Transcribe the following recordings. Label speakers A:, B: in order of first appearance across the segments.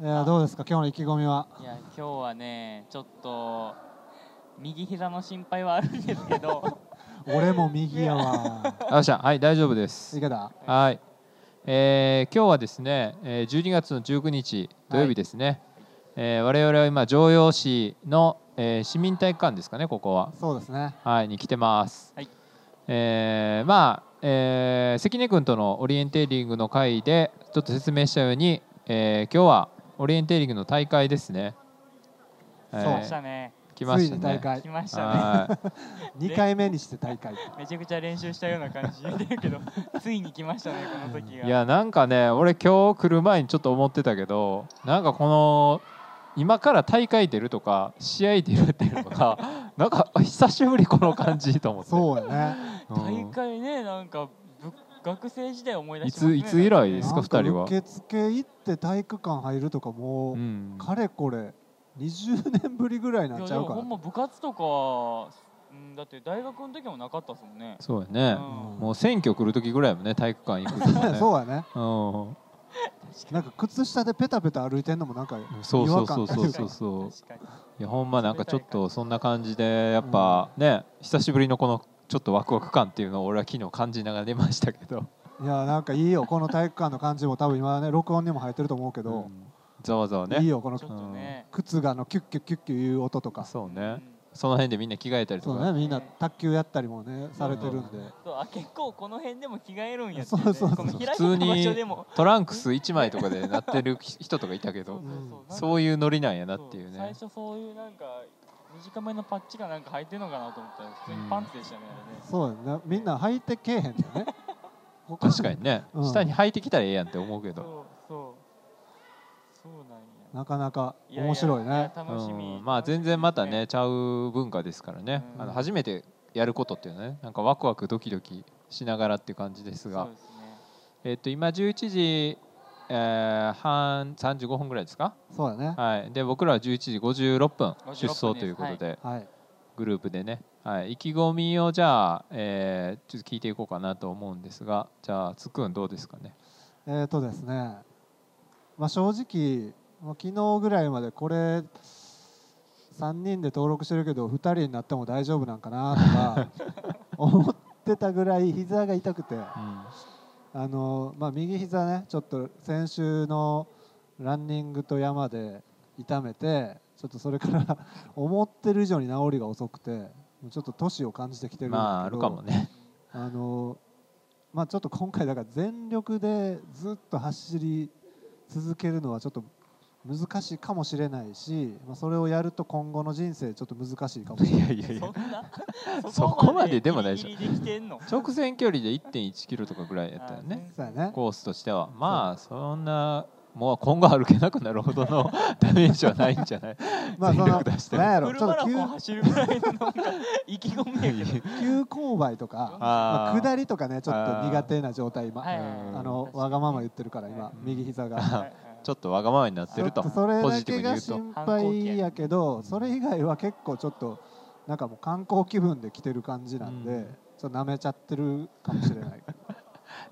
A: いやどうですか今日の意気込みはい
B: や今日はねちょっと右膝の心配はあるんですけ ど
A: 俺も右やわ
C: あしゃはい大丈夫です
A: いかだ
C: はい、えー今日はですね、えー12月の19日土曜日ですね、えー我々は今常陽市の、えー市民体育館ですかねここは
A: そうですね
C: はいに来てます、
B: はい
C: えーまあ、えー関根君とのオリエンテーリングの会でちょっと説明したように、えー今日はオリエンテーリングの大会ですね、え
B: 来
C: ー
B: ましたね
C: 来ました
A: ついに大
C: ね
A: 会
B: 来ましたね
C: はい
A: 2回目にして大会
B: めちゃくちゃ練習したような感じで言うけどついに来ましたねこの時が
C: いやなんかね俺今日来る前にちょっと思ってたけどなんかこの今から大会出るとか試合出るっていうのがなんか久しぶりこの感じと思って
A: そうやね
C: うん
B: 大会ねなんかぶ学生時代思い出
C: い
B: します
C: つ
B: ね
C: いつ以来です
A: な
C: か
A: んか
C: 二人は
A: 受付行って体育館入るとかもう、
C: うん
A: かれこれ20年ぶりぐらいに
B: い
A: な
B: や
A: っち
B: で
A: ゃう
B: も
A: か
B: ほ
A: ら
B: んま部活とか、うん、だって大学の時もなかったっすもんね
C: そうやね
B: うん
C: もう選挙来る時ぐらいもね体育館行くとかね
A: そうやね
C: うん
A: なんか靴下でペタペタ歩いてんのもなんか
C: そう
A: 違
C: そ
A: 和
C: うそ
A: 感
C: う
A: ってい
C: そう
A: う
C: そう
A: か
C: そう
B: 確かに
C: いやほんまなんかちょっとそんな感じでやっぱね久しぶりのこのちょっとワクワク感っていうのを俺は昨日感じながら出ましたけど
A: いやなんかいいよこの体育館の感じも多分今ね録音にも入ってると思うけ
C: う
A: ど、
C: んざわざわね
A: いいよこの
B: ちょっとね、
A: 靴があのキュッキュッキュッキュいう音とか
C: そう
B: う
C: ね
B: ん
C: その辺でみんな着替えたりと
A: そう
C: か
A: ねみんな卓球やったりもねされてるんで
B: そうあ結構この辺でも着替えるんやって、
A: そうそうそう
B: この開
C: 普
B: いた
C: 通
B: 場所
C: に
B: でも
C: トランクス1枚とかでなってる人とかいたけどそういうノリなんやなっていう
B: 最
C: ね
B: 初そういうなんか短めのパッチがなんか入ってるのかなと思ったら普通にパンツでしたね、
A: そうやねみんな履いてけえへんだよね
C: 確かにね
A: うん
C: 下に履いてきたらええやんって思うけ
B: あれね
C: ど
B: そうそうそうなんや
A: なかなか
B: いやいや
A: 面白い
B: いや
A: ね
B: 楽しみ、
C: うんまあ全然またねちゃう文化ですからね
B: うん
C: あの初めてやることっていうのはねなんかワクワクドキドキしながらっていう感じです
B: そ
C: が
B: うですね
C: えっと今11時えー半35分ぐらいですか
A: そうやね
C: はいで僕らは11時56分
B: 56
C: 出走ということで
A: はい
C: グループでね、はい、意気込みをじゃあ、えーちょっと聞いていこうかなと思うんですがじゃあつっくんどうですかね
A: えーとですねまあ正直まあ昨日ぐらいまでこれ3人で登録してるけど2人になっても大丈夫なんかなとか思ってたぐらい膝が痛くて
C: うん
A: あのまあ、右膝ねちょっと先週のランニングと山で痛めてちょっとそれから 思ってる以上に治りが遅くてもうちょっと年を感じてきてるんだけど、
C: まああるかも ね
A: あのまあ、ちょっと今回だから全力でずっと走り続けるのはちょっと難しいかもしれないし、まあ、それをやると今後の人生ちょっと難しいかもしれない
C: いやいやい
B: そ
C: や
B: んな
C: そこまででもないでしょ
B: ギリギリできてんの
C: 直線距離で1 1キロとかぐらいやったよ
B: あ
C: ね
A: そうやね
C: コースとしてはまあそんなもう今後歩けなくなるほど のダメージはないんじゃない
A: まあその
C: 全力出してる
A: なんや
B: フ
A: ろ
B: ル
A: ちょ
B: マ
A: っ
B: ラ
A: と
B: ソ
A: 急
B: ン走るぐらいのなんか意気込みやけど
A: 急勾配とか ま
C: あ
A: あ、
C: ー
A: 下りとかねちょっと苦手な状態今、
B: はいはい
C: うん
B: はい
A: あのわがまま言ってるから今、
B: うん
A: 右膝 が、
B: はいはい
C: ちょっとわがままになってると
A: ちょっそれ
C: ポ
A: だ
C: ジティブ
A: け
C: に言
A: が
C: うと
A: 心配やけど、
C: うん
A: それ以外は結構ちょっとなんかもう観光気分で来てる感じなんで、
C: うん
A: ちょっと舐めちゃってるかもしれ ない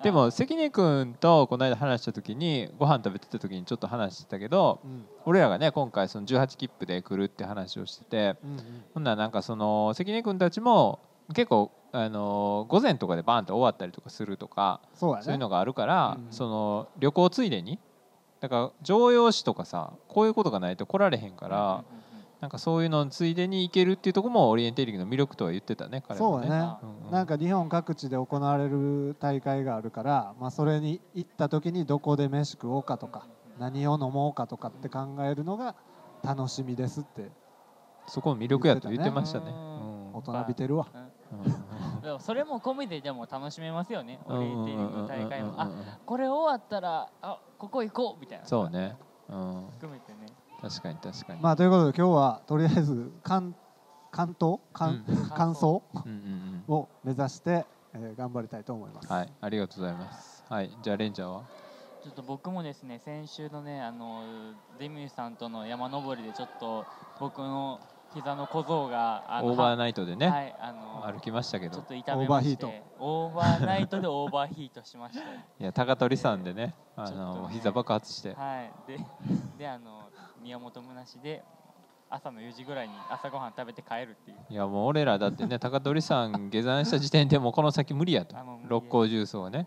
C: でも関根君とこの間話した時にご飯食べてた時にちょっと話してたけど
A: うん
C: 俺らがね今回その18切符で来るって話をしてて
A: うん
C: ほんならなんかその関根君たちも結構あの午前とかでバーンと終わったりとかするとか
A: そうや
C: そういう
A: ね
C: のがあるから、
A: うん
C: その旅行ついでにだから常用紙とかさこういうことがないと来られへんから、
B: うんうんうん
C: なんかそういうのついでに行けるっていうところもオリエンテーリングの魅力とは言ってたね彼
A: そ
C: も
A: う
C: ね。
A: やね、
B: あ
C: うんうん
A: なんか日本各地で行われる大会があるから、まあ、それに行った時にどこで飯食おうかとか何を飲もうかとかって考えるのが楽しみですって
C: そこも魅力やと言ってましたね。
B: 言
C: う
B: ってたね
A: 大
C: ん
A: 人びてるわ
B: でもそれも込みででも楽しめますよね、オ
C: うん
B: リエンテーリングの大会も。あこれ終わったら、あここ行こうみたいな。
C: そうね、うん、
B: 含めてね。
C: 確かに確かに。
A: まあということで今日はとりあえず 関関東関
C: うん
A: 関東
C: うんうん
A: を目指して、えー頑張りたいと思います。
C: うん、はいありがとうございます。はいじゃあレンジャーは
B: ちょっと僕もですね、先週のね、あのデミューさんとの山登りで、ちょっと僕の膝の小僧があの
C: オーバーナイトでね、
B: はいあの
C: 歩きましたけ
B: ちょ
C: ど
B: っと痛
A: オ
B: め
A: ーバ
B: ま
A: ーヒー
B: し
A: ト
B: てオーバーナイトでオーバーヒートしましたね
C: いや高取さんでね、あ
B: ちょっと
C: の
B: ね
C: 膝爆発して、
B: はいでであの宮本むなしで朝の4時ぐらいに朝ごはん食べて帰るっていう
C: いやもう俺らだってね高取さん下山した時点でもうこの先無理やと
B: あもう無理
C: 六甲重曹はね
B: はい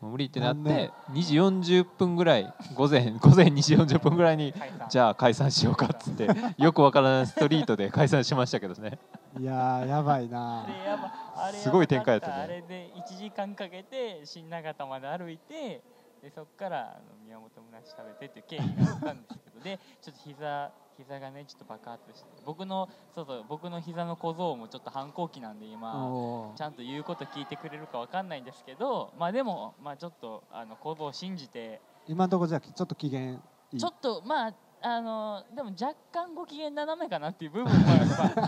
C: もう無理ってなっ
A: なん
C: て
A: で
C: 2時40分ぐらい午前午前2時40分ぐらいに
B: 解散
C: じゃあ解散しようかっ つってよくわからないストリートで解散しましたけどね
A: いやーやばい
B: あ
A: な
B: れやばあれやばかった
C: すごい展開やったね
B: あれで1時間かけて新長田まで歩いてでそこからあの宮本むなし食べてっていう経緯があったんですけどでちょっと膝膝がねちょっと爆発して僕のそうそう僕の膝の小僧もちょっと反抗期なんで今
A: お
B: ちゃんと言うこと聞いてくれるかわかんないんですけどまあでもまあちょっとあの小僧を信じて
A: 今のところじゃあちょっと機嫌いい
B: ちょっとまああのでも若干ご機嫌斜めかなっていう部分もやっぱ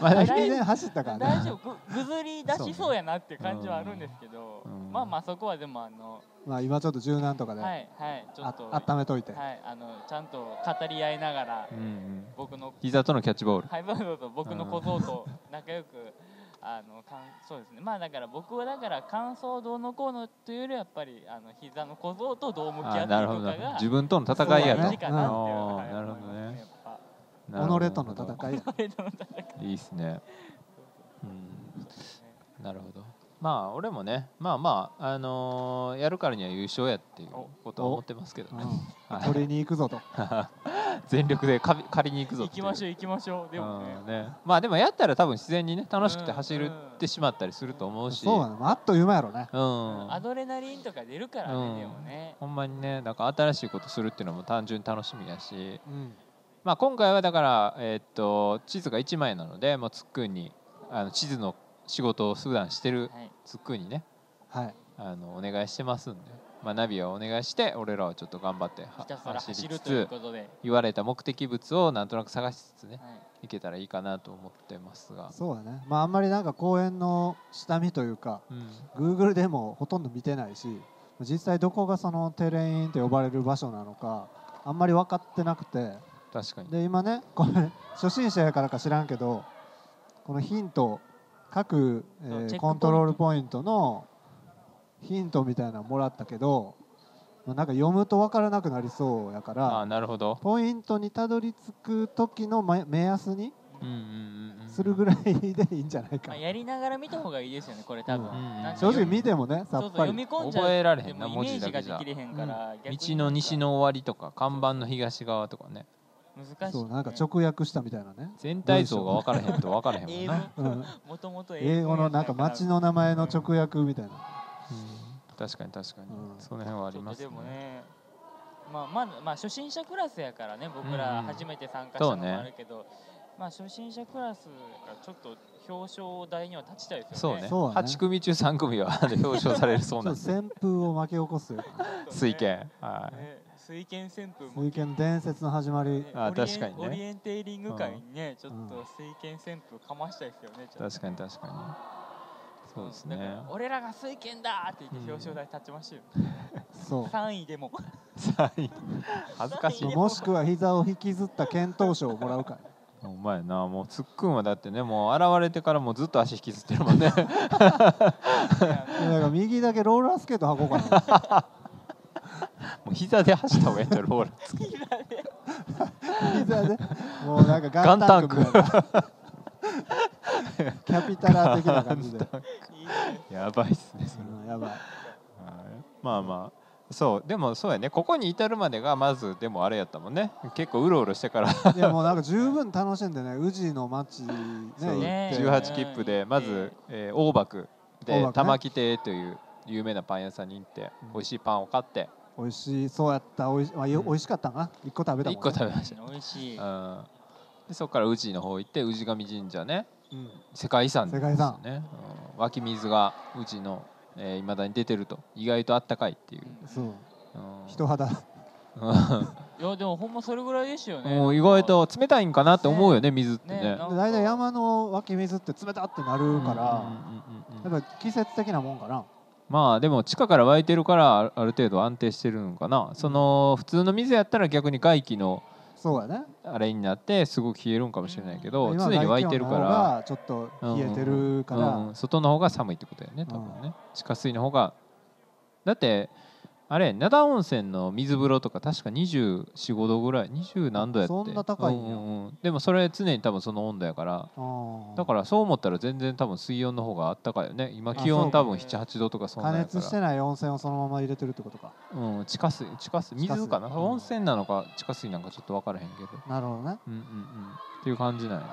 C: まあ
B: あ
C: だ
B: れ
C: けど
A: 全然走ったから
B: 大
A: ね
B: 丈夫ぐぐずり出しそうやなっていう感じはあるんですけど、
C: そうねうん
B: まあまあそこはでもあの、
A: まあ今ちょっと柔軟とかで、
B: はいはいちょ
A: あ
B: っと
A: 温めといて、
B: はいあのちゃんと語り合いながら
C: うんうん
B: 僕の
C: 膝とのキャッチボール
B: はいそうそうそう僕の小僧と仲良くあのかんそうですねまあだから僕はだから感想どうのこうのというよりはやっぱりあの膝の小僧とどう向き合って
C: あ
B: いく
C: なるほ
B: か
C: どなるほど
B: が
C: 自分との戦いやと
A: そうだ
B: 大事
A: ね
B: かなっていう
C: うん
B: はい
C: なるほどね
B: 思いますやっぱ
C: なるほど
A: 己との戦い
B: 俺との戦い
C: いいですね
B: そう
C: うん
B: そうですね
C: なるほどまあ俺もねまあまああのーやるからには優勝やっていうことは思ってますけどね
A: う
C: は
A: ん、
C: い
A: 取りに行くぞと
C: 全力でかび借りに行くぞ
B: 行きましょ
C: う
B: う行きましょうでもね
C: んねまあでもやったら多分自然にね楽しくて走る
B: うん
C: ってしまったりすると思うし
A: そうなの、まあ、あっという間やろね
C: うん
B: アドレナリンとか出るからね、
C: うん
B: でもね。
C: ほんまにねなんか新しいことするっていうのも単純に楽しみやし
A: うん
C: まあ今回はだからえーっと地図が1枚なのでもうつっくんにあの地図の仕事を普段してる
B: はい、
C: つっくんにね
A: はい
C: あのお願いしてますんで、まあ、ナビはお願いして俺らはちょっと頑張って
B: ひ
C: は
B: たすら
C: 走
B: 走
C: り
B: る
C: つ
B: とい
C: つ
B: うことで。
C: 言われた目的物をなんとなく探しつつね
B: はい
C: けたらいいかなと思ってますが、
A: そうだねまああんまりなんか公園の下見というか
C: うん
A: Google でもほとんど見てないし実際どこがそのテレインって呼ばれる場所なのかあんまり分かってなくて
C: 確かに
A: で今ねこれ初心者やからか知らんけどこのヒント各、え
B: そうチェ
A: ー
B: ックポイント
A: コントロールポイントのヒントみたいなのもらったけど、まあなんか読むと分からなくなりそうやか
C: ああ
A: ら
C: なるほど、
A: ポイントにたどり着く時のま目安に
C: うんうんうんうん、
A: するぐらいでいいんじゃない
B: ま
A: か
B: あ、やりながら見た方がいいですよね、これ多分。
A: うん
C: うん
B: なん
A: 正
B: か読
A: 直
B: み
A: 見てもねさ
B: そうそう
A: っぱ
B: 読
A: り
B: み込んじゃ
C: 覚えられへ
B: で
C: んな
B: もイ
C: 文
B: メ
C: 字
B: ージ
C: だけ
B: が
C: じゃ
B: できれへんから、逆
C: 道
B: に
C: の西の終わりとか看板の東側とかね
B: 難しい、ね。
A: そうなんか直訳したみたいなね、
C: 全体像が分からへんと分からへんもん
B: 英
C: な、
B: 語
C: うん、、
A: うん、
B: もともと
A: 英語のなんか町の名前の直訳みたいな
C: 確かに確かに、
A: うん
C: その辺はあります
B: ち
C: ね
B: ょっとでもね、まあまだまあ、初心者クラスやからね、僕ら
C: うん
B: 初めて参加したの
C: そうね
B: もあるけど、まあ初心者クラスがちょっと表彰台には立ちたいです
C: そ
B: よ
C: うね
A: そうだね
C: 8組中3組は表彰される
A: ち
C: そ
A: ょ
C: う
A: っ
C: な
A: と
C: んで
A: 旋風を巻き起こすよ
C: 推薦はい
B: ね、水拳旋風も
A: 水拳伝説の始まり
B: ね
C: あ
B: オリエン
C: 確かにね
B: オリエンテーリング会にね、ちょっ
A: う
B: と水拳旋風かましたいですよねちょっと
C: 確かに確かにそうですね
B: だから俺らが水拳だって言って表彰台立ちましょう、
A: そう
B: 3位で も
C: さあいい恥ずかしい
B: いや
A: もしくは膝を引きずった遣唐賞をもらうか
C: お前なもうつっくんはだってねもう現れてからもうずっと足引きずってるもん ね
A: だか ら右だけローラースケート運ぼうかな
C: もう膝で走った方がいいんじゃんローラ
A: 膝でもうなんかガンタンクみたいなキャピタラ的な感じで、
B: いいね
C: ーやばいっすねそれ
A: うん、やばい
C: はいまあまあそうでもそうやねここに至るまでがまずでもあれやったもんね結構うろうろしてから、
A: いやもうなんか十分楽しんでね宇治の町ね
C: そう
B: ね
A: 行って
C: 18切符でまず、えー大爆
A: 大
C: で
A: 爆ね
C: 玉木亭という有名なパン屋さんに行って
A: うん
C: 美味しいパンを買って
A: 美味しそうやったおいし,、まあ、よ
C: うん
A: 美味しかったな一個食べたもん、ね、
C: 1個食べました
B: 美味しい、
C: うんでそこから宇治の方行って宇治神神社ね
A: うん
C: 世界遺産ですよね
A: 世界遺
C: うん湧き水が宇治のいま、えー未だに出てると意外とあったかいっていう、
A: そう
C: うん
A: 人肌
B: いやでもほんまそれぐらいですよね
C: もう意外と冷たいんかなって思うよね水ってね
B: ねなんか
A: 大体山の湧き水って冷たってなるから、
C: うんうんうんうん
A: やっぱ季節的なもんかな
C: まあでも地下から湧いてるからあある程度安定してるのかなその普通の水やったら逆に外気の
A: そうやね
C: あれになってすごく冷えるんかもしれないけど
A: 今
C: 常に湧いてるか
A: 外気温の方
C: ら
A: がちょっと冷えてるから、
C: うんうん外の方が寒いってことだよね多分ね地下水の方がだってあれ灘温泉の水風呂とか確か2 4 5度ぐらい20何度やって
A: そんな高いんや
C: うんうんでもそれ常に多分その温度やから
A: あー
C: だからそう思ったら全然多分水温の方があったかいよね今
A: あ
C: 気温多分
B: そう
C: 78度とかそんな
A: 加
C: んやか
A: 熱して
C: ら
A: ない温泉をそのまま入れてるってことか
C: うん地下水地下水
A: 地下水
C: 水かな
A: うん
C: 温泉なのか地下水なんかちょっと分からへんけど
A: なるほどね
C: うんうんうんっていう感じなんやね、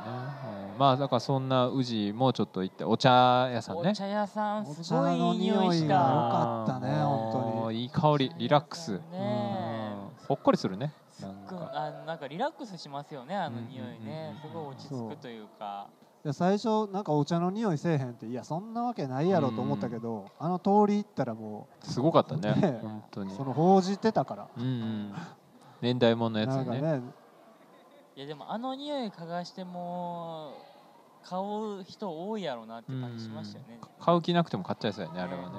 C: うんまあだからそんな宇治もちょっと行ってお茶屋さん
B: お
C: ね
B: 茶屋さん
A: お
B: す
A: 茶
B: ごい
A: の
B: いい匂
A: 匂
B: い
A: い
B: し
A: が良
B: た
A: かったね
C: あー
A: 本当
C: もう
A: に
C: いい香りリラックス、
B: ね
C: うん
B: え
C: ほっこりするね
B: すっ
C: なん
B: ごい
C: か
B: あのなんかリラックスしますよねあの匂いね
C: う
B: す
C: んうんうん
B: ごい落ち着くというか
A: いや最初なんかお茶の匂いせえへんっていやそんなわけないやろと思ったけど、あの通り行ったらも
C: すごかったね
A: ねえ
C: 本当
A: う
C: に
A: その報じてたから、
C: うんうん年代物のやつ
A: なんか
C: ね
A: ね
B: いやでもあの匂い嗅がしても買う人多いやろうなって感じしましたよね
C: 買う気なくても買っちゃいそうやねあれはね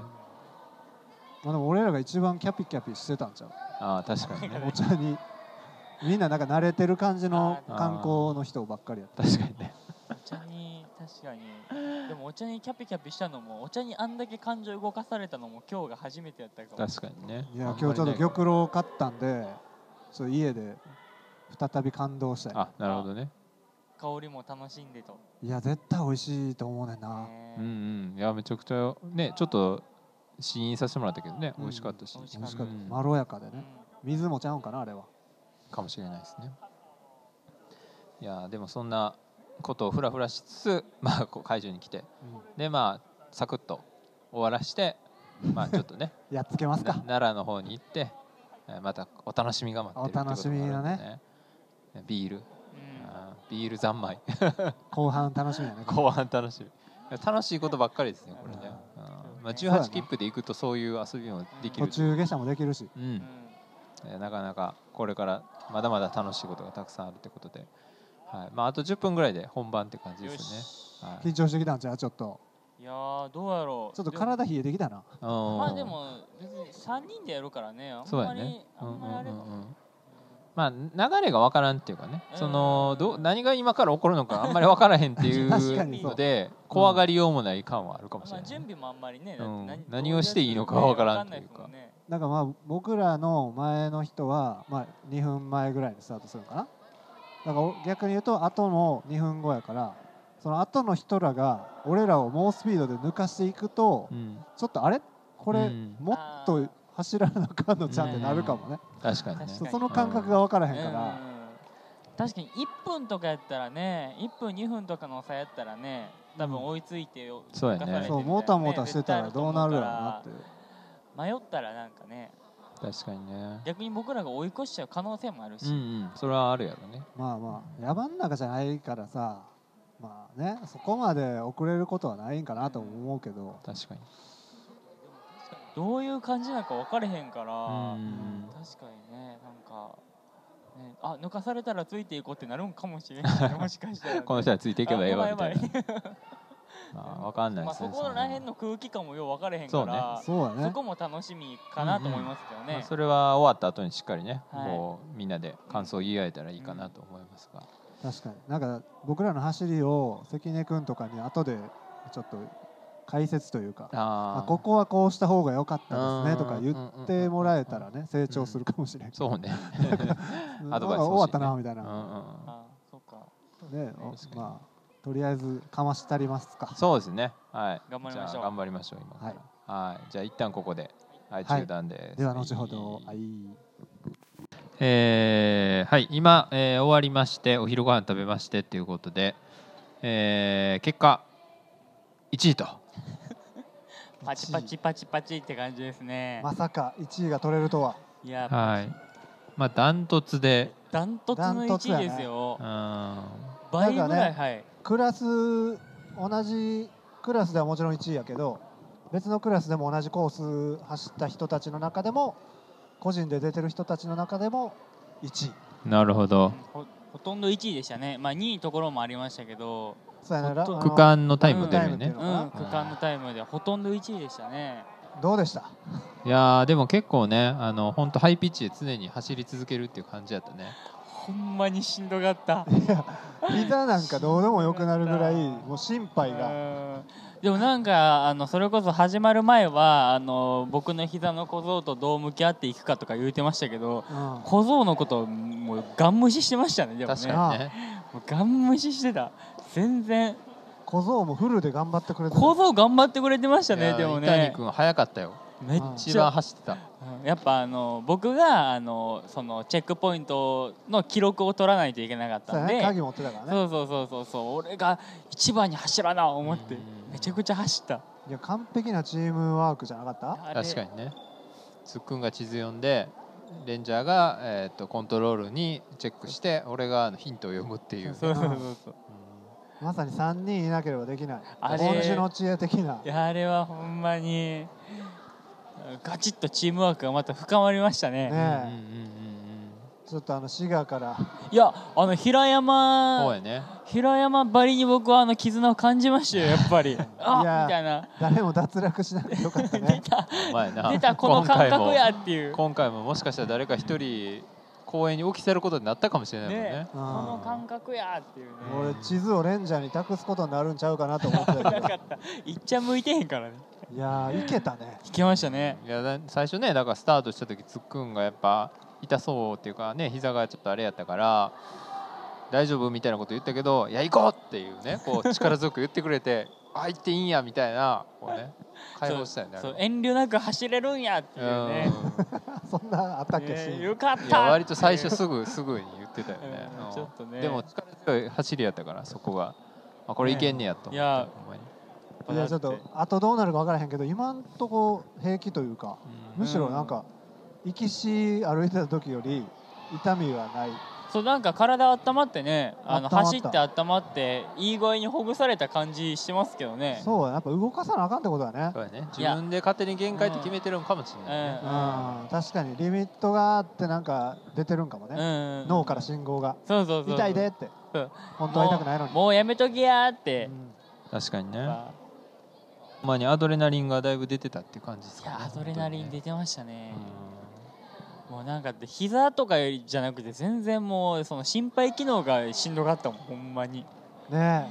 A: まあ、でも俺らが一番キャピキャピしてたんちゃう
C: ああ確かにね
A: お茶にみんななんか慣れてる感じの観光の人ばっかりやっ
C: 確かにね
B: お茶に確かにでもお茶にキャピキャピしたのもお茶にあんだけ感情動かされたのも今日が初めてやったかも
C: 確かにね
A: たいや今日ちょっと
C: 玉
A: 玉露を買ったんでちょっと家で再び感動したい
C: あなるほどね
B: 香りも楽しんでと、
A: いや絶対美味しいと思うねんな、
B: ね
C: うんうんいやめちゃくちゃねちょっと試飲させてもらったけどね
A: うん
C: 美味しかったし
B: 美味し
A: 美味しかった、
C: うん
A: まろやかで
B: うん
A: ね水もちゃうんかなあれは
C: かもしれないですねいやーでもそんなことをふらふらしつつ、まあ、こう会場に来てでまあサクッと終わらしてまあちょっとね
A: やっつけます
C: な
A: か
C: 奈良の方に行ってえーまたお楽しみが待ってるっていうこともあるんで
A: お楽しみ
C: ねビール
B: うん
C: あービール三昧
A: 後半楽しみやね
C: 後半楽しみいや楽しいことばっかりですねこれね、うんまあ、
B: そう
A: やな
C: 18切符で行くとそういう遊びもでき
A: 途
C: る
A: 中下車もできるし
C: う
B: うん
C: んえーなかなかこれからまだまだ楽しいことがたくさんあるってことで、はいまあ、あと10分ぐらいで本番って感じで
B: よ
C: すね。
B: し
C: はい
A: 緊張してきたんちゃうちょっと
B: いやーどうやろう
A: ちょっと体冷えてきたな
B: でもまあ
C: うん
B: でも別に3人でやるからねあん
C: そう
B: ま
C: や
B: り、
C: ね。
B: あんまりあれか
C: うん
B: も、
C: うんうんうんまあ、流れが分からんっていうかね、
B: うん
C: そのどう何が今から起こるのかあんまり分からへんっていう
A: 確かにそう
C: ので怖がりようもない感はあるかもし
B: ま
C: れ
B: あ、
C: ない、
B: 準備もあんまりね、だ
C: うん
B: って何
C: 何をしていいのかわからんっていうか
B: わんないですもね
A: だからまあ僕らの前の人はまあ2分前ぐらいにスタートするのかなだからお逆に言うと後の2分後やからその後の人らが俺らを猛スピードで抜かしていくと
C: うん、
A: ちょっとあれこ
C: う
A: れ
C: ん
A: もっと走らなあかんのちゃんってなるかもね
C: 確かにね
B: 確
A: そ
B: か
A: う
B: に
A: その感覚が分からへんから
B: うん確かに1分とかやったらね1分2分とかの差やったらね多分追いついてよ、
C: そうやね
B: 抜かされてみたいな
A: そうもたもたしてたらどうなるやろうなっていう
B: 迷ったらなんかね
C: 確かにね
B: 逆に僕らが追い越しちゃう可能性もあるし、
C: うんうんそれはあるやろね
A: まあまあ山ん中じゃないからさまあねそこまで遅れることはないんかなとも思うけど
C: 確かに
B: どういう感じなのか分かれへんから、
C: うんうん
B: 確かにねなんか、ね、あ抜かされたらついていこうってなるんかもしれ ないもしかしたらね、
C: この人はついていけばええわみたい
B: あ
C: なまあ分かんな い
B: ま
C: で
B: あ、
C: すね
B: そこら辺の空気感もよう分かれへんからそ,、
A: そうやね
B: こも楽しみかなと思いますけどね、
C: まあ、それは終わった後にしっかりね、
B: はい
C: こうみんなで感想を言い合えたらいいかなと思いますが、
A: 確かになんか僕らの走りを関根君とかに後でちょっと解説というか
C: あ
A: あ
C: ー
A: ここはこうした方が良かったですねとか言
C: うんうんうんうん
A: ってもらえたらね成長するかもしれない、
C: そう ね
A: ん、
C: アドバイス欲し
A: 終
C: いね
A: わったなみたい
C: うんう
A: な、
C: んうん
B: あそうか
A: ねお
C: 確かに
A: まあとりあえずかましたりますか
C: そうですねはい
B: 頑張りましょう
C: じゃあ頑張りましょう今から
A: はい
C: はい、じゃあ一旦ここではい
A: はい
C: 中断です、
A: では後ほどはい
C: えーはい今、えー終わりましてお昼ご飯食べましてということで、えー結果1位と
B: パチパチパチパチって感じですね、
A: まさか1位が取れるとはい
B: や、
C: はいまあダントツで
B: ダントツの
A: ダントツや
B: 1
A: ね
B: 位ですよ、
C: うん
B: 倍ぐ
A: な
B: らい、
A: んかね
B: はい
A: クラス同じクラスではもちろん1位やけど別のクラスでも同じコース走った人たちの中でも個人で出てる人たちの中でも1位
C: なるほど
B: ほほとんど1位でしたねまあ2位ところもありましたけど、
A: そうやなら
B: ほっと
A: あの
C: 区間のタイム出るよ
A: う
C: ね
A: ん
B: う
A: タイムっていのか
B: ん、区間のタイムでほとんど1位でしたね
A: どうでした
C: いやーでも結構ねあの本当ハイピッチで常に走り続けるっていう感じやったね
B: ほんまにしんどかった
A: 膝なんかどうでもよくなるぐらいもう心配が
B: うんでもなんかあのそれこそ始まる前はあの僕の膝の小僧とどう向き合っていくかとか言うてましたけど
A: うん
B: 小僧のこともうガン無視してましたねでも
C: 確
B: ね
C: かにね
B: もうガン無視してた全然
A: 小僧もフルで頑張ってくれてる
B: 小僧頑張ってくれてました
C: い
B: ね
C: や
B: でも
C: 伊谷
B: ね
C: 君早かったよ
B: めっ
C: 一
B: ち
C: 番
B: ゃ
C: 走ってた
B: うんやっぱあの僕があのそのチェックポイントの記録を取らないといけなかっ
A: そう
B: た
A: や
B: んで
A: ね鍵持ってたからね
B: そうそうそうそうそう俺が一番に走らな思って
C: うん
B: めちゃくちゃ走った
A: いや完璧なチームワークじゃなかった
B: あれ
C: 確かにねつっくんが地図読んでレンジャーが、えー、とコントロールにチェックして俺があのヒントを読むっていう,、
B: そうそうそうそう
A: まさに3人いなければできない
B: あれ
A: 凡人の知恵的ない
B: やあれはほんまにガチッとチームワークがまた深まりました
A: ね
B: ね
C: うんうんうんうんうん
A: ちょっとあの滋賀から
B: いやあの平
C: そう
B: 山
C: やね
B: 平山ばりに僕はあの絆を感じましたよやっぱりあ
A: いや
B: みたいな
A: 誰も脱落しなくてよかった ね
C: お前な
B: 出たこの
C: 今
B: 感
C: 回も
B: 覚やっていう
C: 今回ももしかしたら誰か一人公園に起きてることになったかもしれないもんね
B: ねこ
A: うん
B: の感覚やっていうね
A: 俺地図をレンジャーに託すことになるんちゃうかなと思ってたけ
B: なかったいっちゃ向いてへんからね
A: どいやーいけたね
B: 聞けましたね
C: いやだ最初ねだからスタートした時つっくんがやっぱ痛そうっていうかね膝がちょっとあれやったから大丈夫みたいなこと言ったけど「いや行こう!」っていうねこう力強く言ってくれて 「あ行っていいんや」みたいなこうね解放したよねあ
B: そう
C: れ
B: 遠慮なく走れるんやっていう
C: は
B: ね
A: そんなあったっけシ
B: ね
A: ーン
B: よかった
C: う
B: って
C: んい
B: い
C: や割と最初
B: う
C: すぐすぐに言ってたよね
B: うん
C: うん
B: ちょっとね
C: でも力強い走りやったからそこがあこれいけんねやと思った
B: いや
C: ほんまに
A: いやちょっとあとどうなるか分からへんけど今んとこ平気というか
C: うん
A: むしろなんか行きし歩いてた時より痛みはない
B: そうなんか体温まってねあ
A: 温
B: の
A: まった
B: 走って温まっていい具合にほぐされた感じしてますけどね
A: そうややっぱ動かさなあかんってことだね
C: そうやね
B: い
C: 自
B: や
C: 分で勝手に限界って決めてるんかもしれ
B: うん
C: ないね
A: うん確かにリミットがあってなんか出てるんかも
B: うん
A: ね
B: うん
A: 脳から信号が
B: そうそうそう
A: 痛いでって
B: そう
A: 本当は痛くないのに
B: もうもうやめときやーって
A: う、ん
C: 確かにね
B: ま
C: ほんまにアドレナリンがだいぶ出てたっていう感じです
B: あい
C: か、ね、
B: やアドレナリン出てましたね
C: 本当にね
B: もうなんか膝とかよりじゃなくて全然もうその心肺機能がしんどかったもんほんまに
A: ね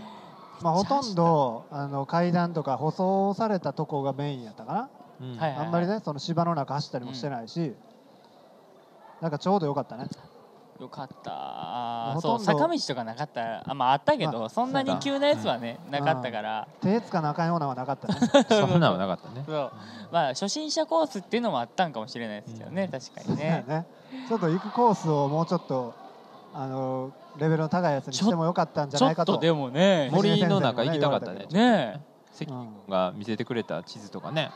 A: えまあほとんどあの階段とか舗装されたとこがメインやったかな
C: うんうん
B: はい
A: あんまりねその芝の中走ったりもしてないし、なんかちょうどよかったね
B: よかった
A: ほと
B: そ
A: ん
B: う
A: ど
B: 坂道とかなかったらあまああったけど、
A: ま
B: そんなに急なやつはね、
A: だ
B: なかったから、
A: 手つかなあかんようなはなか ったね
C: そんなのはなかったね
B: そうまあ初心者コースっていうのもあったんかもしれないですけどね、
C: うん
B: 確か
A: そう
B: に
A: だよ
B: ね
A: ねちょっと行くコースをもうちょっとあのレベルの高いやつにしてもよかったんじゃ
B: ちょ
A: ない
B: っ
A: かと
B: とでもね
A: も
C: 森の中行きたかったね
B: ね
C: 関君が見せてくれた地図とかね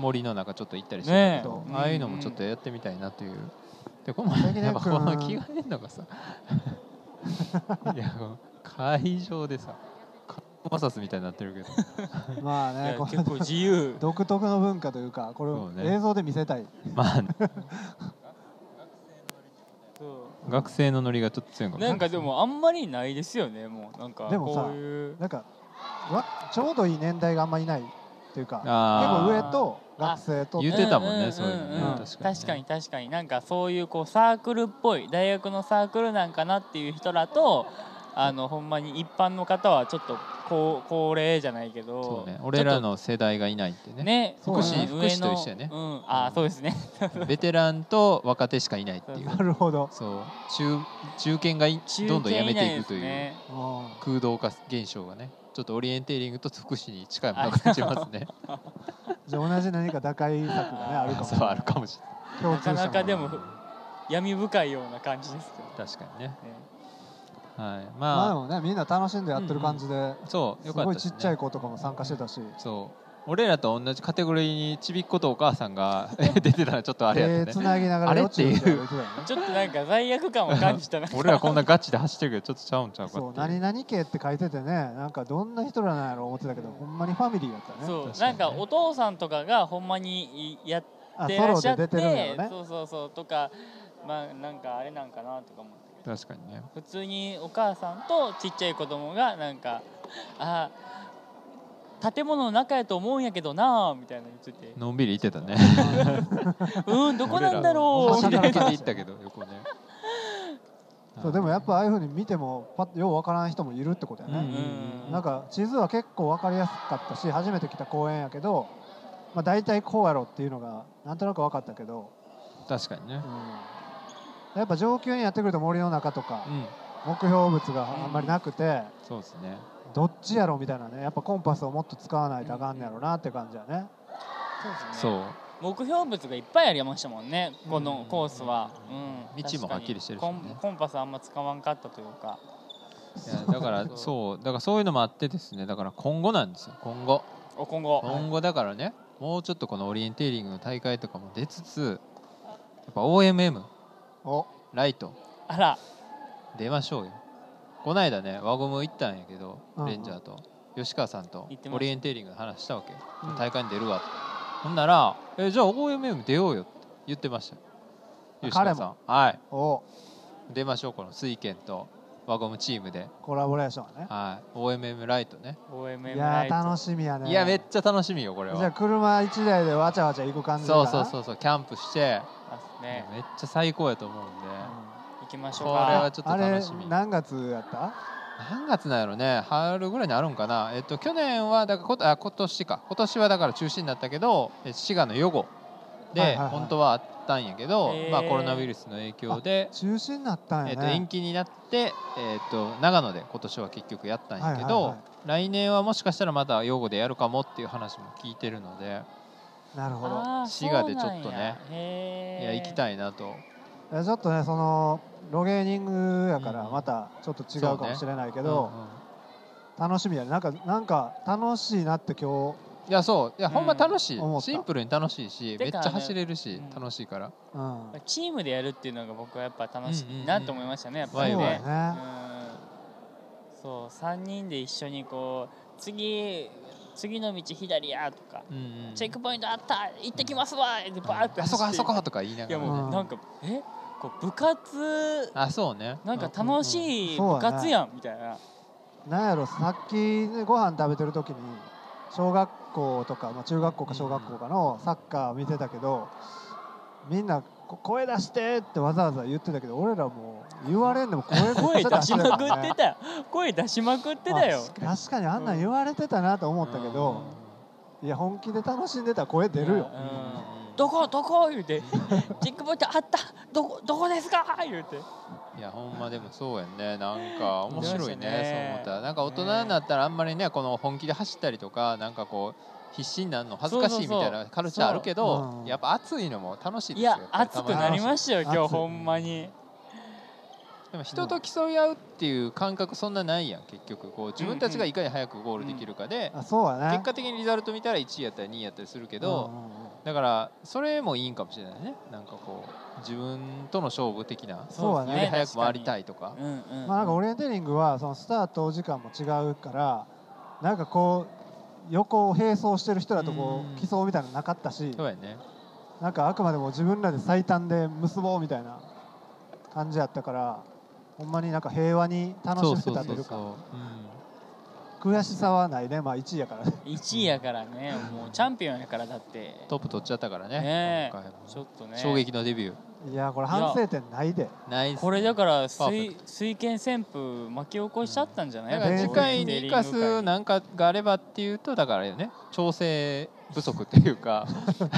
C: 森の中ちょっと行ったりしてたけど、
A: ね
C: ああいうのもちょっとやってみたいなという、でこの
A: 関根君
C: やっぱこの気がねんのがさいや会場でさマサスみたいになってるけど
A: まあ
B: え
A: ねこ
B: 結構
A: の
B: 自由
A: 独特の文化というかこれ
C: そ
A: を
C: うね
A: 映像で見せたい、
C: まあ
B: そ
C: 学生のノリがちょっと強いか
B: う
C: もね
B: なんかでもあんまりないですよねもうなんか
A: でもさ
B: こういう
A: なんかわちょうどいい年代があんまいないっていうか結
C: あ
A: 構
C: ー
A: 上と学生と
C: 言ってたもんね
B: う
C: そういうのね
B: ん
C: 確
B: 確
C: かにね
B: かに確かになんかそういうこうサークルっぽい大学のサークルなんかなっていう人らとあのほんまに一般の方はちょっと高高齢じゃないけど
C: そうね俺ら
B: ちょっ
C: の世代がいないって
B: と
C: ね
B: ね
A: 福祉
B: うん上の
C: 福祉と一緒やね
B: うんあーそうですね
C: ベテランと若手しかいないっていう
A: なるほど、
C: そう中中堅がい
B: 中
C: どんどんやめて
B: 堅以
C: いくと
B: 内です
C: いう
B: ね
A: うん
C: 空洞化現象がねちょっとオリエンテーリングと福祉に近いものを感じますね
A: じゃあ同じ何か打開策がねあるかも
C: そうあるかもしれ
A: 共通したもの
B: なかなか で
C: な
B: も
C: い
B: 闇深いような感じですけど
C: 確かにね
B: ね
C: はい
A: まあ
C: ま
A: で
C: あ、
A: もねみんな楽しんでやってる感じで、
C: そう
A: す
C: よかった
A: ごい
C: です
A: ち
C: ね
A: っちゃい子とかも参加してたし、
C: そう俺らと同じカテゴリーにちびっことお母さんが 出てたらちょっとあれや
A: 手
C: った
A: つ
C: ね、
A: なぎなが
C: あ
A: ら
C: れ
A: よちよち
C: っていう
A: 歩いてたよね
B: ちょっとなんか罪悪感を感じたな
C: 俺らこんなガチで走ってるけどちょっとちゃうんちゃうか
A: そう
C: ってい
A: 何々
C: う
A: 系って書いててねなんかどんな人らなんやろ思ってたけどほんまにファミリーやったね
B: そう
C: 確かにね
B: なんかお父さんとかがほんまにいやっ
A: あ
B: て
A: ソ
B: らっ
A: ロ
B: しゃ
A: で
B: って
A: 出てるんやろね
B: そうそうそうとかまあなんかあれなんかなとか思って
C: 確かにね
B: 普通にお母さんとちっちゃい子供がなんかあ建物の中やと思うんやけどなあみたいなの言ってて
C: のんびり行ってたね
B: うんどこなんだろう
A: 俺
B: み
A: ら
B: たいな
C: 走り抜けて行ったけど横ね
A: そうでもやっぱああいうふうに見てもパッとようわからん人もいるってことや
C: うん
A: ね、
C: うん
A: なんか地図は結構わかりやすかったし初めて来た公園やけど、まあ、大体こうやろっていうのがなんとなく分かったけど、
C: 確かにね
A: うん、やっぱ上級にやってくると森の中とか
C: うん
A: 目標物があんまりなくて
C: そうですね
A: どっちやろみたいなねやっぱコンパスをもっと使わないとあかんねやろなって感じやね
B: そうですね
C: そう
B: 目標物がいっぱいありましたもんねこのコースは、うん、
C: 道もはっきりしてるしね
B: 確かにコンコンパスあんま使わんかったというか
C: いやだからそうだからそういうのもあってですねだから今後なんですよ今後
B: お今後
C: 今後だからねもうちょっとこのオリエンテーリングの大会とかも出つつやっぱ OMM
A: お
C: ライト
B: あら
C: 出ましょうよこないだね輪ゴム行ったんやけど
A: うんうん
C: レンジャーと吉川さんと
B: 行ってました
C: オリエンテーリングの話したわけ
A: ん
C: 大会に出るわとほんなら「えじゃあ OMM 出ようよ」って言ってましたよ吉川さんはい
A: お
C: 出ましょうこの水拳と輪ゴムチームで、
A: コラボレーションや
C: はい、OMM ライトね
B: OMM
A: ねい
B: ラ
A: や
B: イ
A: ー
B: ト
A: 楽しみやね
C: いやめっちゃ楽しみよこれ
A: じゃあ
C: は
A: 車1台でわちゃわちゃ行く感じか
C: そ
A: な
C: うそうそうそうキャンプし
B: です
C: ていや
B: ね
C: めっちゃ最高やと思うんで、
B: 行きまし
C: こ
B: ょ
C: れ
B: う
C: は
B: か
C: ちょっ
A: あ
C: と
A: れ
C: 楽しみ
A: 何月やった
C: 何月なんやろね春ぐらいにあるんかなえっと去年はだからことあ今年か今年はだから中止になったけどえ滋賀の予後で、
A: はいはいはい
C: 本当はあったんやけど、
B: へー
C: まあ、コロナウイルスの影響で、
A: 中止になったん
C: え
A: や
C: っと、
A: ね、
C: 延期になって、えっと、長野で今年は結局やったんやけど、
A: はいはいは
C: 来年はもしかしたらまた予後でやるかもっていう話も聞いてるので、
A: なるほど
B: あー
C: 滋賀でちょっとね
B: そうなんやへ
C: い
B: ー
C: や行きたいなと
A: いやちょっとねそのロゲーニングやから
C: うん
A: またちょっと違うかもしれないけ
C: け
A: ど、
C: うんうん
A: 楽しみやねなんかなんか楽しいなって今
C: いやそういや、
B: うん
C: ほんま楽しい
A: 思った
C: シンプルに楽しいし、め
B: て
C: っち
B: か
C: ゃ
B: ね
C: 走れるし、
B: うん
C: 楽しいから
A: 日うん
B: チームでやるっていうのが僕はやっぱ楽しいなと思いましたね、
C: うんうんうん
B: やっぱりね
A: そうだね
B: うんそう3人で一緒にこう次次の道左やとか、
C: うんうん
B: チェックポイントあった行ってきますわってバーって
C: あそこあ
B: 走
C: そ
B: って
C: こ」とか言いないが
B: や
C: らね、
B: も
A: うん
B: うなんか、えこう部活
C: あそうね
B: なんか楽
C: い、
B: しい
A: うんうん
B: 部活やんみたいな
A: なんやろさっきねご飯食べてる時に小学校とか、まあ、中学校か小学校かのサッカー見てたけど、みんなこ声出してってわざわざ言ってたけど俺らもう言われんでも声
B: 声出しまく
A: るもん
B: って
A: ね
B: たよ声出しまくってたよ
A: あ確かにあんなん言われてたなと思ったけど、いや本気で楽しんでたら声出るよ、
B: うんどこどこ言うて「チェックポイントあったどこどこですか?」言うて
C: いやほんまでもそうやんねなんか面白
B: 面白い
C: いね
B: ね
C: そう思ったらなんか大人になったらあんまりねこの本気で走ったりとかなんかこう必死になるの恥ずかしいみたいなカルチャーあるけ
A: そうそう
C: ど
A: そううん
C: やっぱ暑いのも楽しい
B: い
C: ですよ
B: や熱くなりましたよ
A: 熱い
B: 今日ほんまに
C: でも人と競い合うっていう感覚そんなないやん結局こう自分たちがいかに早くゴールできるかで、
A: あそうやね
C: 結果的にリザルト見たら1位やったり2位やったりするけど、
A: うんうんうん
C: だからそれもいいんかもしれないねなんかこう自分との勝負的な
A: そうだね
C: より早く回り
B: い
C: たいとか
B: うんうん
A: まあ、なんかオリエンテーリングはそのスタート時間も違うからなんかこう横を並走してる人らとこ
C: うん
A: う競うみたいなのなかったし
C: そうやね
A: なんかあくまでも自分らで最短で結ぼうみたいな感じやったからほんまになんか平和に楽し
C: そう
A: めて
C: そう
A: たと
C: そ
A: いうう
C: そう
A: か
C: うん
A: 悔しさはないねまあ1位やからね
B: 1位やからねもうチャンピオンやからだって
C: トップ取っちゃったからね
B: ねえ
C: 今回も
B: ちょっとね
C: 衝撃のデビュ
A: いやこれ反省点ないで
C: ーナイス
B: これだから
C: パーフェ
B: 水水拳旋風巻き起こしちゃったんじゃない
C: だから
A: ね
C: 次回に生かすなんかがあればっていうとだからあれよね調整不足っていうか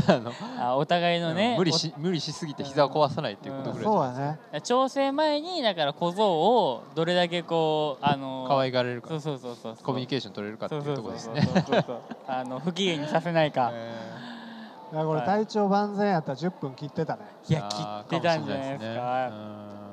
C: あの
B: あお互いのね
C: 無理し無理しすぎて膝を壊さないっていうことぐらいじゃ
A: そう
C: ない
A: やね
B: お調整前にだから小僧をどれだけこうあの
C: 可愛がれるか
B: そうそうそうそう
C: コミュニ
B: ー
C: ケーション取れるかっていうところですね
B: ねあの不機嫌にさせない か
C: えー
A: いやこれ
B: はい
A: 体調万全やったら10分切ってたね
B: いや
C: あー
B: 切ってたんじゃないです
C: もしれ
B: か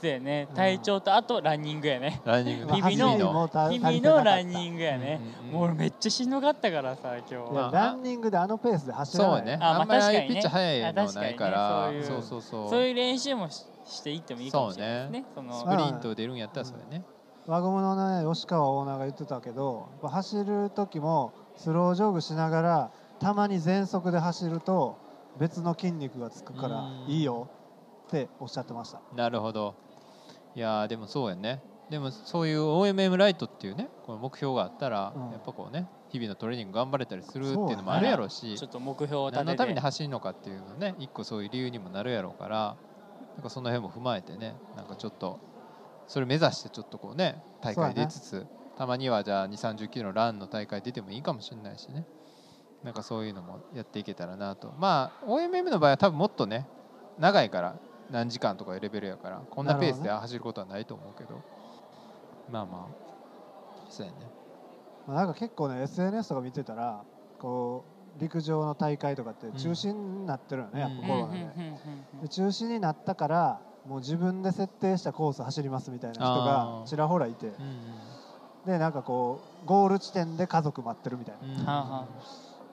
B: そうやね体調とあとランニングやね
C: いですねうんランニング
B: 日々の
C: 走り
A: もうた
B: 日
A: 足
B: 々
A: りてなかっ
B: の
A: た
B: ランニングやね
C: うんうんうん
B: もう俺めっちゃしんどかったからさ今日
A: いや
C: まあ
A: ランニングであのペースで走ら
C: そ
A: な
C: う
A: い
C: ね。
B: あまあ
C: あんまりああいう
B: 確かに
C: ピ
B: ね
C: ッチ速いのないから
B: あ確かに、ね
C: そ
B: そうういう
C: そうそう。
B: そういう練習もししていってもいいかもしれないですねそ
C: ス
B: の
C: プリント出るんやったらそうやね。
A: 輪ゴムのね吉川オーナーが言ってたけどやっぱ走る時もスロージョグしながらたまに全速で走ると別の筋肉がつくか
C: う
A: ら
C: ん
A: いいよっておっしゃってました
C: なるほど。いやーでもそうやね。でもそういう OMM ライトっていうね、この目標があったら、
A: うん
C: やっぱこうね、日々のトレーニング頑張れたりするっていうのもあるやろうし
B: ちょ、っと目標を立
C: 何の
B: て
C: ために
B: て
C: 走るのかっていうのね、一個そういう理由にもなるやろうから、なんかその辺も踏まえてねなんかちょっとそれ目指してちょっとこうね大会出つつ、たまにはじゃあ2 3 0キロのランの大会出てもいいかもしれないしねなんかそういうのもやっていけたらなとまあ OMM の場合は多分もっとね長いから何時間とかいうレベルやからこんなペースで走ることはないと思うけどまあまあそうやね
A: まあ、なんか結構ね SNS とか見てたらこう陸上の大会とかって中止になってるよね、
C: うん
A: やっぱコロナで,、で中止になったからもう自分で設定したコース走りますみたいな人が
C: あー
A: ちらほらいて
C: うん
A: でなんかこうゴール地点で家族待ってるみたい
C: うん
B: はあは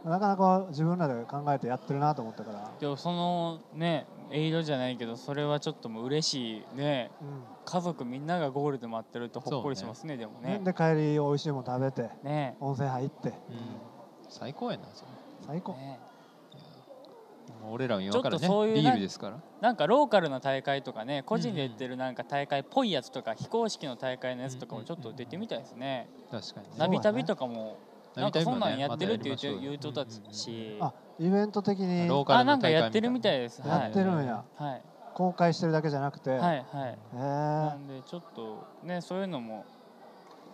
A: な、なかなか自分らで考えてやってるなと思ったから、
B: でもそのねエイドじゃないけどそれはちょっともう嬉しいね
A: う
B: 家族みんながゴールで待ってるとほっこりしますねでも
A: ん
B: ね
A: で帰り美味しいもの食べて
B: ね
A: 温泉入って
C: うん最高やなそれ
A: 最高、
B: ね
C: もう俺らも今か
B: ちょっ
C: らね
B: とそういう
C: ビ
B: な
C: ールですから
B: なんかローカルな大会とかね個人でやってるなんか大会っぽいやつとか非公式の大会のやつとかもちょっと出てみたいですね
C: 確かにね
A: な
B: ナビ旅とかもなんかそんなんやってるって言うて
C: ナビ
B: 言う
C: タ
B: と
C: イムは
B: た
C: ねまたやりましょう
B: し
C: よ
A: あイベント的に
C: ローカ
B: あ
C: ル
B: な
C: の
B: んか
C: 大会
B: やってるみたいですは
A: や
B: い
A: ってるんや、
B: はい
A: 公開してるだけじゃなくて、
B: はいはい
A: え
B: なんでちょっとねそういうのも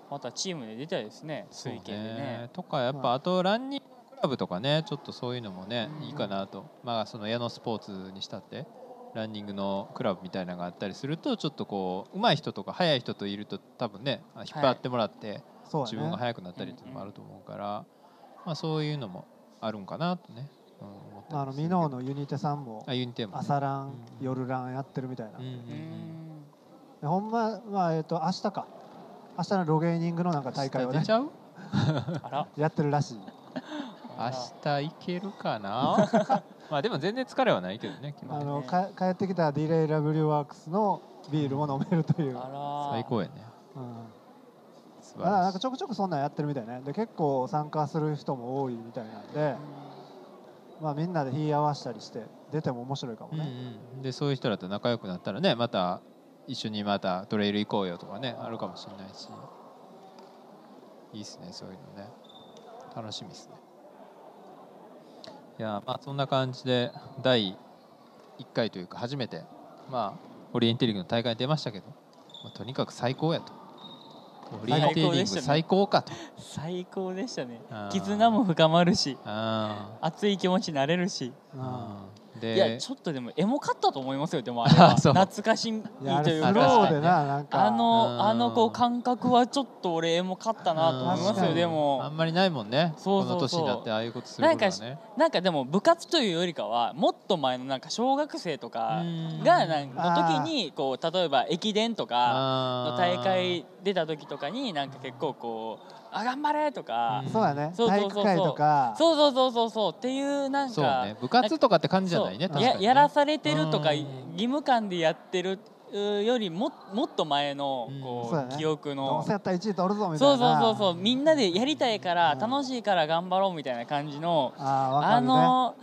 B: またチームで出たいですね
C: そう
B: 推
C: ね
B: 薦でね
C: とかやっ
A: ま
C: ぱあとランニングクラブとかねちょっとそういうのもねいいかなとまあその矢野スポーツにしたってランニングのクラブみたいなのがあったりするとちょっとこう上手い人とか速い人といると多分ねあ引っ張ってもらって
A: そうやね
C: 自分が速くなったりっていうのもあると思うからまあそういうのもあるんかなとねうん思ったり
A: まあ、あのミノーのユニテさんも
C: あユニテーマね
A: 朝ラン、
C: うん
A: 夜ランやってるみたいな、
C: うんうん
A: で
B: うーん
A: ほんま、まあえっと明日か明日のロゲーニングのなんか大会を
C: 明日
A: ね
C: 出ちゃう
B: あら
A: やってるらしい
C: 明日行ける かなまあでも全然疲れはないけどね昨
A: あ
C: 日
A: のか帰ってきた DLAW ワークスのビールも飲めるという、うん
B: あら
C: 最高やね素晴
A: まあ、なん
C: らし
A: か
C: い
A: ちょくちょくそんなんやってるみたいねで結構参加する人も多いみたいなんで、まあ、みんなで火合わせたりして出ても面白いかも
C: うん
A: ね、
C: うん、でそういう人らと仲良くなったらねまた一緒にまたトレイル行こうよとかねあるかもしれないしいいっすねそういうのね楽しみっすねいやまあそんな感じで第1回というか初めてまあオリエンテーリングの大会に出ましたけど、まあとにかく最高やとオリエンテーリング最高かと
B: 最高でしたね
C: あー
B: 絆も深まるし
C: あ
B: 熱い気持ちになれるし
A: う
C: ー
A: ん
C: あー
B: いや
C: で
B: ちょっとでもエモかったと思いますよで もあれは
C: そう
B: 懐かしみと
A: いやあれ
B: い
A: ス
B: う
A: ロ
C: あ
B: か
C: れ確
A: ー
C: かに
A: でななんか
B: あ
C: うん
B: のあのこう感覚はちょっと俺エモかったなと思います
A: う
B: よ
A: ん
B: で
C: あ
B: も
C: んまりないもんね
B: そうそうそう
C: この年になってああいうことすることはね
B: なんかでも部活というよりかはもっと前のなんか小学生とか
C: うん
B: がなんかの時にこう例えば駅伝とかの
C: の
B: 大会出た時とかになんか結構こう「あ頑張れ!」とか、
C: うん
A: そうやね
B: そうそう
A: 体
B: そうそ
A: 育
B: う
A: 会とか
B: そうそうそうそうそうっていうなんか
C: そうね部活とかって感じじゃないね
B: そう
C: 確かに
B: や
C: ね
B: やらされてるとか
C: うん
B: 義務感でやってるよりももっと前の
C: うん
B: こ
A: そうだ
B: う、
A: ね
B: 記
A: ど
B: 憶の
A: うせやったら1位取るぞみた
B: そ
A: いう
B: そう
A: な
B: そうそうみんなでやりたいから、
A: うん
B: 楽しいから頑張ろうみたいな感じの、
A: あーわか
B: あ
A: るね
B: の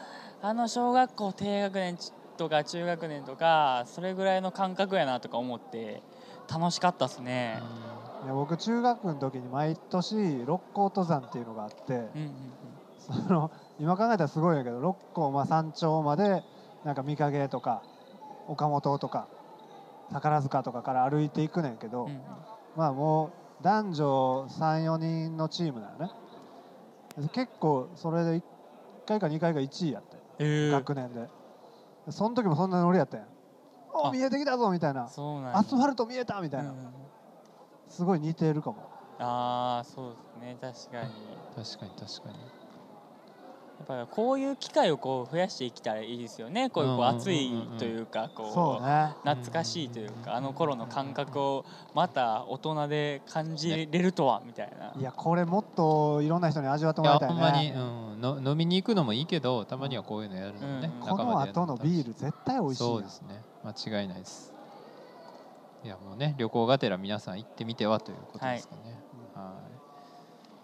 B: あの小学校低学年とか中学年とかそれぐらいの感覚やなとか思って楽しかったっすね。
A: いや僕中学の時に毎年六甲登山っていうのがあって
B: うんうん
A: その今考えたらすごいんだけど六甲まあ山頂までなんか御影とか岡本とか宝塚とかから歩いていくねんけど、
B: うんうん
A: まあもう男女34人のチームだよね結構それで1回か2回か1位やって、
B: えー、
A: 学年でその時もそんなノリやったやんお
B: あ
A: 見えてきたぞみたいな
B: そうなんや
A: アスファルト見えたみたいな、
B: うんうんうん
A: すごい似てるかも
B: ああそうですね確かにや
C: 確かに確かに
B: っぱこういう機会をこう増やしていきたらいいですよねこういうこ
C: うん
B: う
C: うんうんうん
B: 熱いというかこう
A: そうね
B: 懐かしいというかあの頃の感覚をまた大人で感じれるとはみたいない
A: やこれもっといろんな人に味わって
C: い
A: もら
C: や
A: いたい
C: ほ
A: ね
C: んまに、うん、の飲みに行くのもいいけどたまにはこういうのやるのもね、
B: うん
A: この後のビー
C: ル
A: ル絶対美味しいやん
C: そうですね間違いないですいやもうね旅行がてら皆さん行ってみてはということですかねはい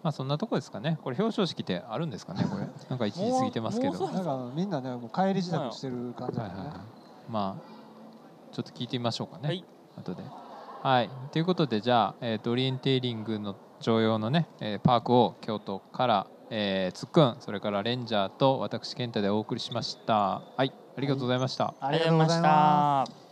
C: まあそんなとこですかねこれ表彰式ってあるんですかねこれなんか1時過ぎてますけど
B: もうもう
A: なんかみんなねもう帰り自宅してる感じだ
C: はい
A: よ
C: は
A: ね、
C: いはい、まあちょっと聞いてみましょうかね、
B: はい
C: 後で。はい、ということでじゃあ、えーとオリエンテーリングの常用のね、えーパークを京都から、えー、つっくんそれからレンジャーと私健太でお送りしました。はいありがとうございました、
A: ありがとうございます
B: す